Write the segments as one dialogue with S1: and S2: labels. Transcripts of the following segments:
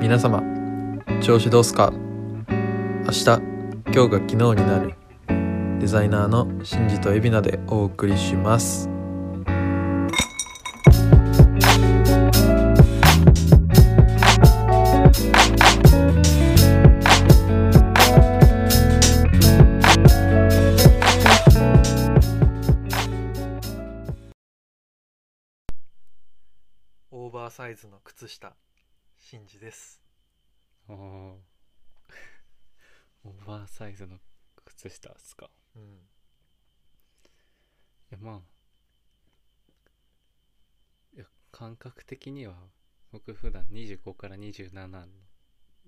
S1: 皆様調子どうすか明日今日が昨日になるデザイナーのシンジとエビナでお送りしますオーバーサイズの靴下シンジです
S2: あーオーバーサイズの靴下っすか
S1: うん
S2: いやまあいや感覚的には僕普段25から27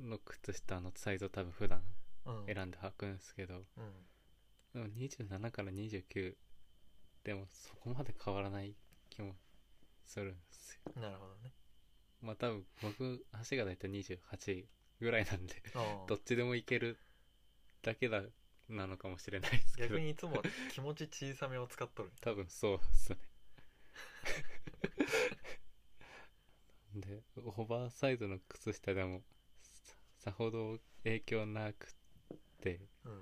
S2: の靴下のサイズを多分普段
S1: うん
S2: 選んで履くんですけど、
S1: うん
S2: でも27から29でもそこまで変わらない気もするんですよ
S1: なるほどね
S2: まあ多分僕足がだいたい28ぐらいなんで
S1: あ
S2: ど
S1: あ
S2: っちでもいけるだけだなのかもしれないですけど
S1: 逆にいつもは気持ち小さめを使っとる
S2: 多分そうっすねでオーバーサイズの靴下でもささほど影響なくって
S1: うん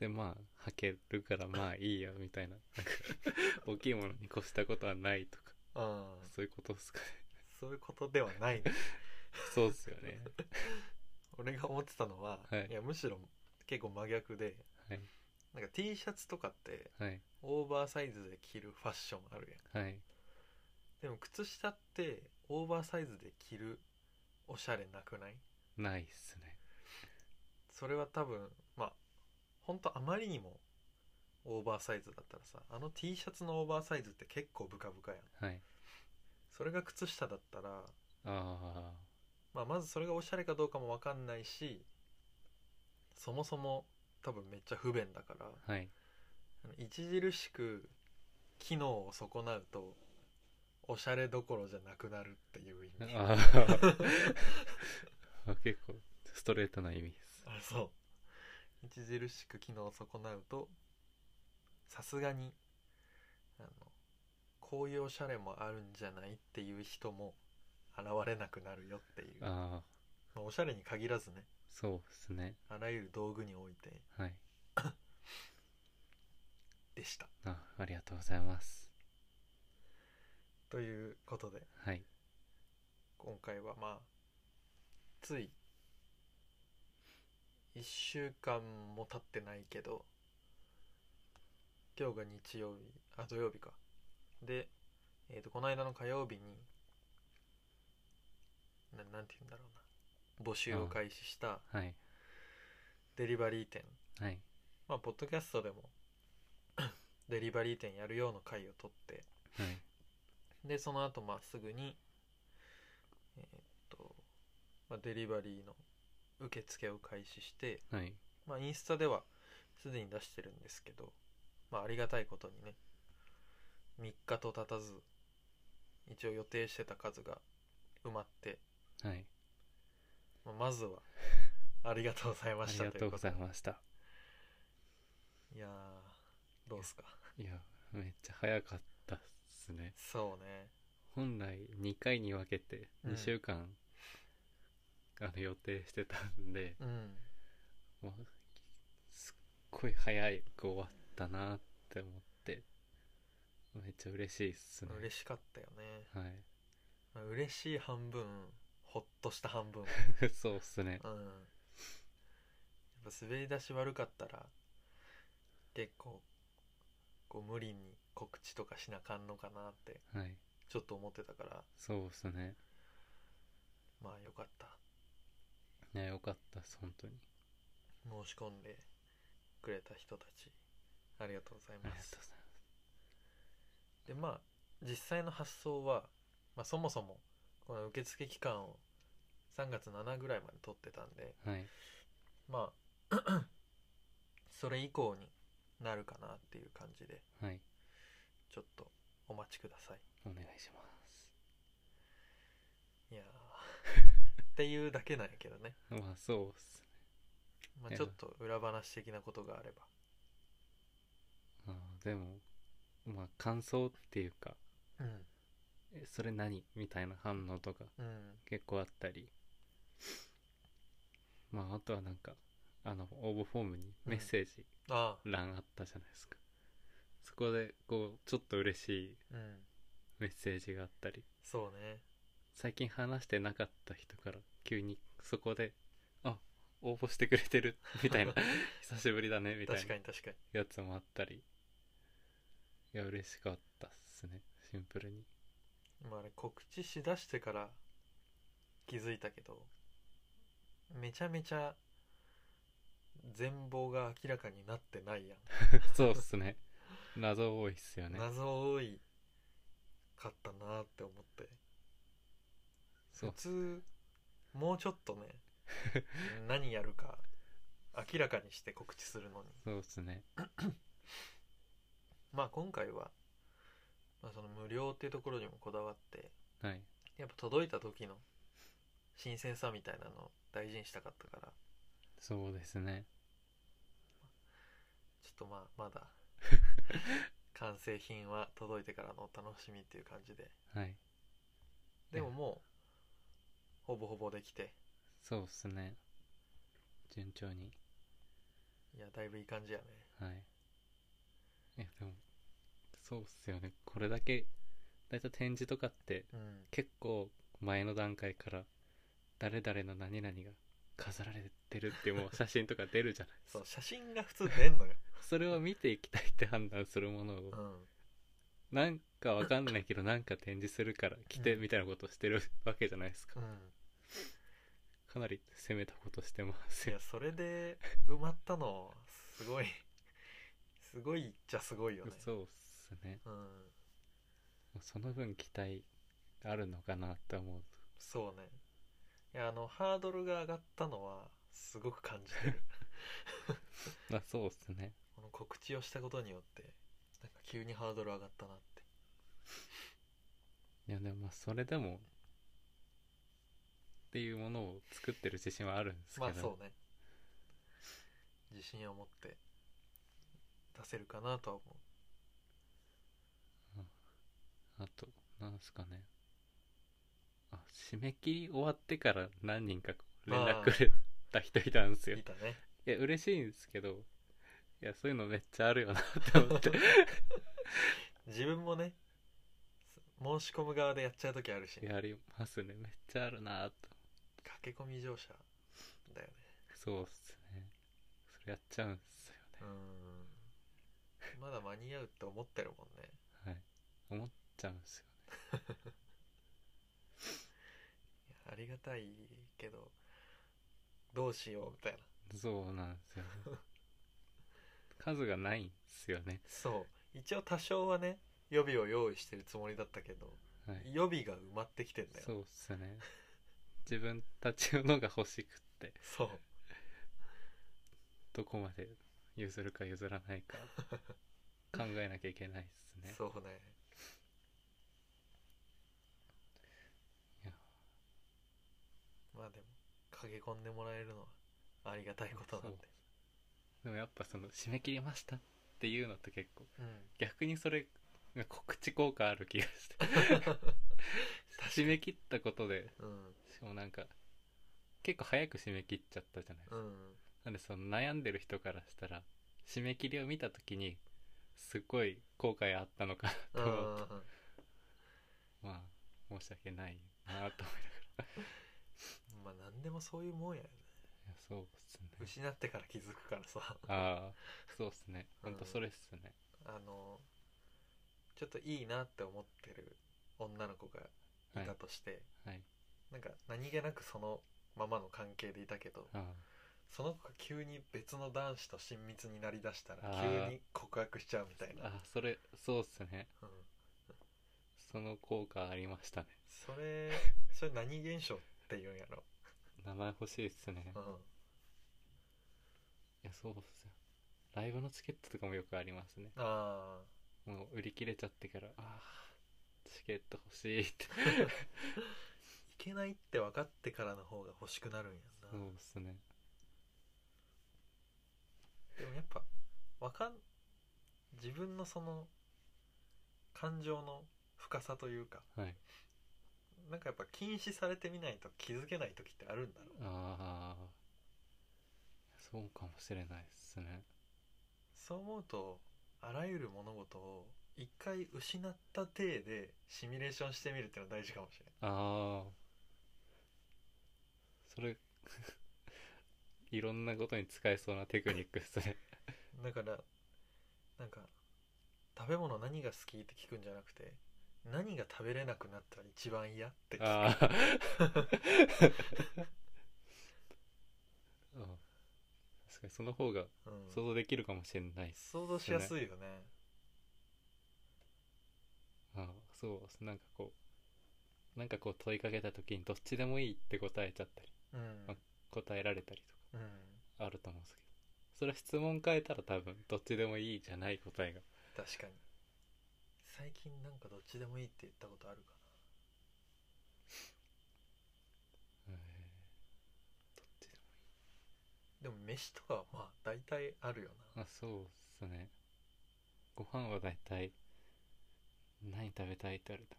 S2: でまあ履けるからまあいいやみたいななんか大きいものに越したことはないとか
S1: ああ
S2: そういうことっすかね
S1: そういうことではないね
S2: そうっすよね
S1: 俺が思ってたのは、
S2: はい
S1: やむしろ結構真逆で
S2: はい
S1: なんか T シャツとかって
S2: はい
S1: オーバーサイズで着るファッションあるやん
S2: はい
S1: でも靴下ってオーバーサイズで着るおしゃれなくない
S2: ないっすね
S1: それは多分まあほんとあまりにもオーバーサイズだったらさあの T シャツのオーバーサイズって結構ブカブカやん
S2: はい
S1: それが靴下だったら、
S2: あ
S1: まあ、まずそれがおしゃれかどうかも分かんないしそもそも多分めっちゃ不便だから
S2: あはい
S1: あの著しく機能を損なうとおしゃれどころじゃなくなるっていう意味
S2: あ あ結構ストレートな意味です
S1: あそう著しく機能を損なうとさすがにあのこういうおしゃれもあるんじゃないっていう人も現れなくなるよっていうま
S2: ああ
S1: あおしゃれに限らずね
S2: そうっすね
S1: あらゆる道具において
S2: はい
S1: でした
S2: あありがとうございます
S1: ということで
S2: はい
S1: 今回はまあつい1週間も経ってないけど今日が日曜日あ土曜日かで、えー、とこの間の火曜日にななんて言うんだろうな募集を開始した
S2: はい
S1: デリバリー店
S2: はい
S1: まあポッドキャストでもデリバリー店やるようの回を取って
S2: はい
S1: でその後まっすぐにえーっと、まあ、デリバリーの受付を開始して、
S2: はい
S1: まあ、インスタではすでに出してるんですけど、まあ、ありがたいことにね3日と経たず一応予定してた数が埋まって、
S2: はい
S1: まあ、ま ずはありがとうございま
S2: あ
S1: し
S2: り
S1: た
S2: がとうござい
S1: というこ
S2: ました
S1: とでいやーどうすか
S2: いやめっちゃ早かったっすね
S1: そうね
S2: 本来2回に分けて
S1: うん
S2: 2週間、あの予定してたんで
S1: うん
S2: もうすっごい早く終わったなって思ってめっちゃ嬉しいっすね
S1: 嬉しかったよね、
S2: はい
S1: まあ、嬉しい半分ほっとした半分
S2: そうっすね
S1: うんやっぱ滑り出し悪かったら結構こう無理に告知とかしなあかんのかなって
S2: はい
S1: ちょっと思ってたから
S2: そうっすね
S1: まあよかった
S2: いやよかったっす本当に
S1: 申し込んでくれた人たちありがとうござい
S2: あ
S1: ま
S2: りが
S1: す
S2: とうございます
S1: でまあ実際の発送は、まあ、そもそもこの受付期間を3月7ぐらいまで取ってたんで
S2: はい
S1: まあ それ以降になるかなっていう感じで
S2: はい
S1: ちょっとお待ちください
S2: お願いします
S1: いやーっ ていうだけなんやけどね、
S2: まあそうっす
S1: まあ、
S2: いや
S1: ちょっと裏話的なことがあれば
S2: ねあーでもまあ感想っていうかえそれ何みたいな反応とか
S1: うん
S2: 結構あったりまああとはなんかあの応募フォームにメッセージ
S1: ああ
S2: 欄あったじゃないですか、そこでこうちょっと嬉しい
S1: うん
S2: メッセージがあったり
S1: そうね
S2: 最近話してなかった人から急にそこで「あ応募してくれてる」 みた いな久しぶりだねみたい
S1: 確
S2: な
S1: かに確かに
S2: やつもあったりいや嬉しかったっすねシンプ ルに
S1: まああれ告知しだしてから気づいたけどめちゃめちゃ全貌が明らかになってないやん
S2: そうっすね謎多いっすよね
S1: 謎多いかったなって思って
S2: そ
S1: 普
S2: う
S1: 通もうちょっと ね何やるか明らかにして告知するのに
S2: そうっすね
S1: まあ今回は、まあ、その無料っていうところにもこだわって
S2: はい
S1: やっぱ届いた時の新鮮さみたいなのを大事にしたかったから
S2: そうですね
S1: ちょっとまあま だ完成品は届いてからのお楽しみっていう感じで
S2: はい
S1: でももうほぼほぼできて
S2: そうっすね順調に
S1: いやだいぶいい感じやね
S2: はいいやでもそうっすよねこれだけ大体展示とかって
S1: うん
S2: 結構前の段階から誰々の何々が飾られてるっていうもう写真とか出るじゃないです
S1: そう
S2: か
S1: 写真が普通出んのよ、
S2: それを見ていきたいって判断するものを
S1: うん、
S2: なんかわかんないけどなんか展示するから来てみたいなことをしてるわけじゃないですか
S1: う
S2: かなり攻めたことしてます
S1: ん、い
S2: よ
S1: やそれで埋まったのすごいすごいっちゃすごいよね
S2: そうっすね
S1: うん
S2: その分期待あるのかなって思う
S1: そうねいやあのハードルが上がったのはすごく感じ てる
S2: まあそうっすね
S1: この告知をしたことによってなんか急にハードル上がったなって
S2: いやでもまあそれでもっていうものを作ってる自信はあるんですけど、
S1: まあそうね自信を持って出せるかなとは思
S2: あと、なんすかね。あ、締め切り終わってから何人か連絡くれた人いたんです
S1: う
S2: よ。
S1: い
S2: い
S1: たね
S2: や、嬉しいんですけど、いや、そういうのめっちゃあるよなって思って。
S1: 自分もね申し込む側でやっちゃう時あるし、ね、
S2: やりますね。めっちゃあるなと。
S1: 駆け込み乗車だよね
S2: そうっすね。それやっちゃうんすよね。
S1: うんまだ間に合うって思ってるもんね
S2: はい。思っちゃうんすよね。
S1: いやありがたいけどどうしようみたいな
S2: そうなんですよね。 数がないんすよね。
S1: そう一応多少はね予備を用意してるつもりだったけど
S2: はい。
S1: 予備が埋まってきてんだよ
S2: そうっすね。自分たちのが欲しくって。
S1: そう
S2: どこまで譲るか譲らないか考えなきゃいけないですね
S1: そうね
S2: いや
S1: まあでも駆け込んでもらえるのはありがたいことなんで
S2: でもやっぱその締め切りましたっていうのって結構
S1: うん
S2: 逆にそれが告知効果ある気 がして締め切ったことで
S1: うん
S2: しかもなんか結構早く締め切っちゃったじゃないです
S1: う
S2: か、
S1: ん
S2: なんでその悩んでる人からしたら締め切りを見た時にすごい後悔あったのか
S1: う
S2: なと思っ
S1: ん
S2: てまあ申し訳ないなと思いながら
S1: まあ何でもそういうもんやよね
S2: いやそうっすね
S1: 失ってから気づくからさ
S2: ああそうっすね
S1: う
S2: ほ
S1: ん
S2: んとそれっすね
S1: あのちょっといいなって思ってる女の子が
S2: はいい
S1: たとして、
S2: はい
S1: なんか何気なくそのままの関係でいたけど
S2: ああ
S1: その子が急に別の男子と親密になりだしたら
S2: あー
S1: 急に告白しちゃうみたいな、
S2: あそれそうっすね
S1: うん、
S2: その効果ありましたね
S1: それそれ何現象っていうんやろ、
S2: 名前欲しいっすね
S1: うん、
S2: いやそうっすよライブのチケットとかもよくありますね
S1: あ
S2: もう売り切れちゃってからああチケット欲しいって
S1: ーいけないって分かってからの方が欲しくなるんやな
S2: そうっすね
S1: でもやっぱわかん自分のその感情の深さというか
S2: はい
S1: なんかやっぱ禁止されてみないと気づけない時ってあるんだろう
S2: ああそうかもしれないですね
S1: そう思うとあらゆる物事を一回失った体でシミュレーションしてみるっていうのは大事かもしれない
S2: ああそれ いろんなことに使えそうなテクニックですね
S1: だからなんか食べ物何が好きって聞くんじゃなくて何が食べれなくなったら一番嫌って聞く
S2: あああ確かにその方が
S1: うん
S2: 想像できるかもしれないです、
S1: 想像しやすいよね
S2: ああそうなんかこうなんかこう問いかけた時にどっちでもいいって答えちゃったり
S1: うん
S2: あ答えられたりと
S1: うん
S2: かあると思うんですけどそれは質問変えたら多分どっちでもいいじゃない答えが
S1: 確かに最近なんかどっちでもいいって言ったことあるか
S2: えーどっちでも
S1: なでも飯とかはまあ大体あるよな
S2: あそうっすねご飯は大体何食べたいって言われたら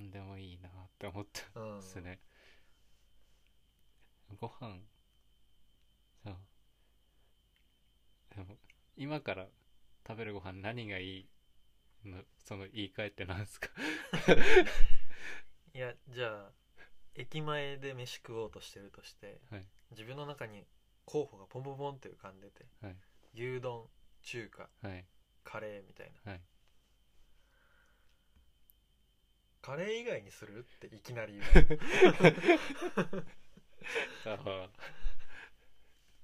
S2: 何でもいいなって思った
S1: うん
S2: ですね、ご飯そうでも今から食べるご飯何がいいのその言い換えってなんですか
S1: いやじゃあ駅前で飯食おうとしてるとして
S2: はい
S1: 自分の中に候補がポンポンポンって浮かんでて
S2: はい
S1: 牛丼中華
S2: はい
S1: カレーみたいな、
S2: はい
S1: カレー以外にするっていきなり 言う
S2: ああ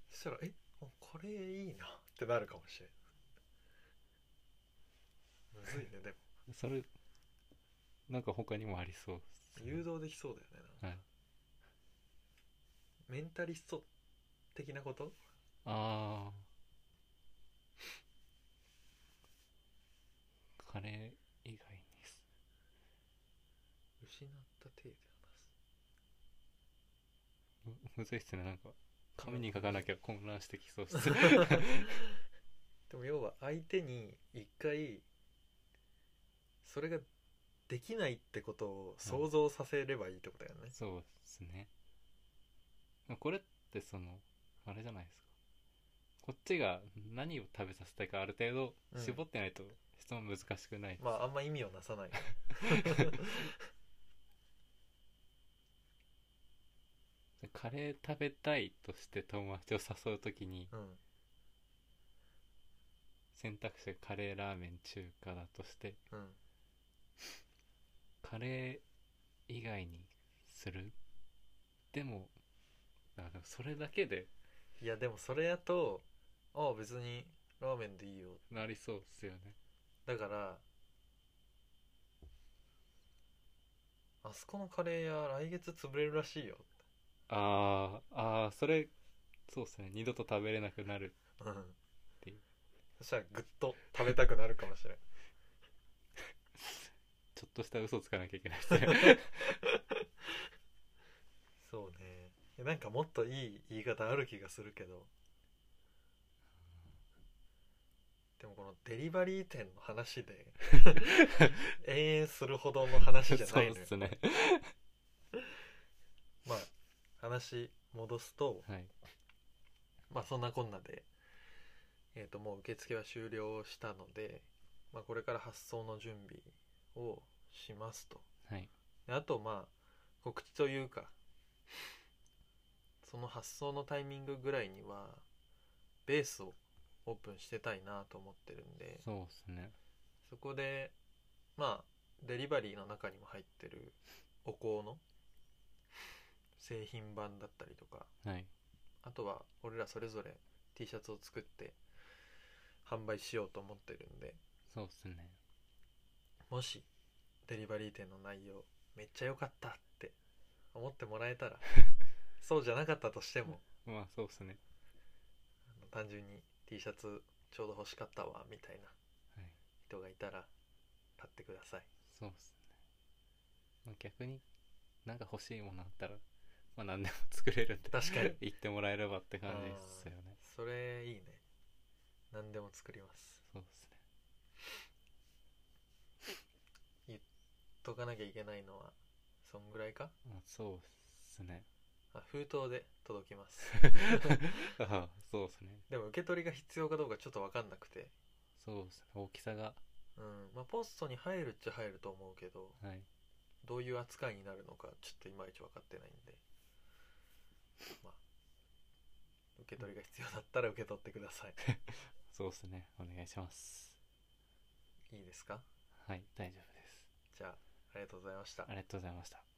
S1: そしたら「えあカレーいいな」ってなるかもしれないむずいねでも
S2: それなんか他にもありそうっすね
S1: 誘導できそうだよねなんか
S2: はい
S1: メンタリスト的なこと
S2: ああカレー以外にす
S1: 失った体で話す
S2: むむずいっすねなんか紙に書かなきゃ混乱してきそうっす
S1: でも要は相手に一回それができないってことを想像させればいいってことだよね、
S2: そうですねでもこれってそのあれじゃないですかこっちが何を食べさせたいかある程度
S1: うん
S2: 絞ってないと質問難しくない、
S1: まああんま意味をなさない
S2: カレー食べたいとして友達を誘う時に
S1: うん
S2: 選択肢がカレーラーメン中華だとして
S1: うん
S2: カレー以外にするでもあでもそれだけで
S1: いやでもそれやとああ別にラーメンでいいよ
S2: なりそうっすよね
S1: だからあそこのカレー屋来月潰れるらしいよ、
S2: あーあーそれそうっすね二度と食べれなくなる
S1: うん
S2: ていう、
S1: そしたらぐっと食べたくなるかもしれない
S2: ちょっとした嘘つかなきゃいけないです ね
S1: そうねいやなんかもっといい言い方ある気がするけどでもこのデリバリー店の話 で延々するほどの話じゃ
S2: そ
S1: な
S2: う
S1: い
S2: っ
S1: のよ
S2: すね
S1: まあ話戻すと
S2: はい
S1: まあそんなこんなで、えー、ともう受付は終了したので、まあ、これから発送の準備をしますと
S2: はい
S1: であとまあ告知というかその発送のタイミングぐらいにはベースをオープンしてたいなと思ってるんで
S2: そうっすね
S1: そこでまあデリバリーの中にも入ってるお香の製品版だったりとか
S2: はい
S1: あとは俺らそれぞれ T シャツを作って販売しようと思ってるんで
S2: そうっすね
S1: もしデリバリー店の内容めっちゃ良かったって思ってもらえたらそうじゃなかったとしても
S2: まあそうっすね
S1: あの単純に T シャツちょうど欲しかったわみたいな
S2: はい
S1: 人がいたら買ってください
S2: そうっすね、まあ、逆になんか欲しいものあったらまあ何でも作れるんで
S1: 確かに
S2: 言ってもらえればって感じっすよね
S1: それいいね何でも作ります
S2: そうっすね
S1: とかなきゃいけないのはそんぐらいか
S2: あそうっすね
S1: あ封筒で届きます
S2: あそうっすね
S1: でも受け取りが必要かどうかちょっと分かんなくて
S2: そうっすね大きさが
S1: うんまあポストに入るっちゃ入ると思うけど
S2: はい
S1: どういう扱いになるのかちょっといまいち分かってないんでまあ受け取りが必要だったら受け取ってください
S2: そうっすねお願いします
S1: いいですか
S2: はい大丈夫です
S1: じゃあありがとうございました
S2: ありがとうございました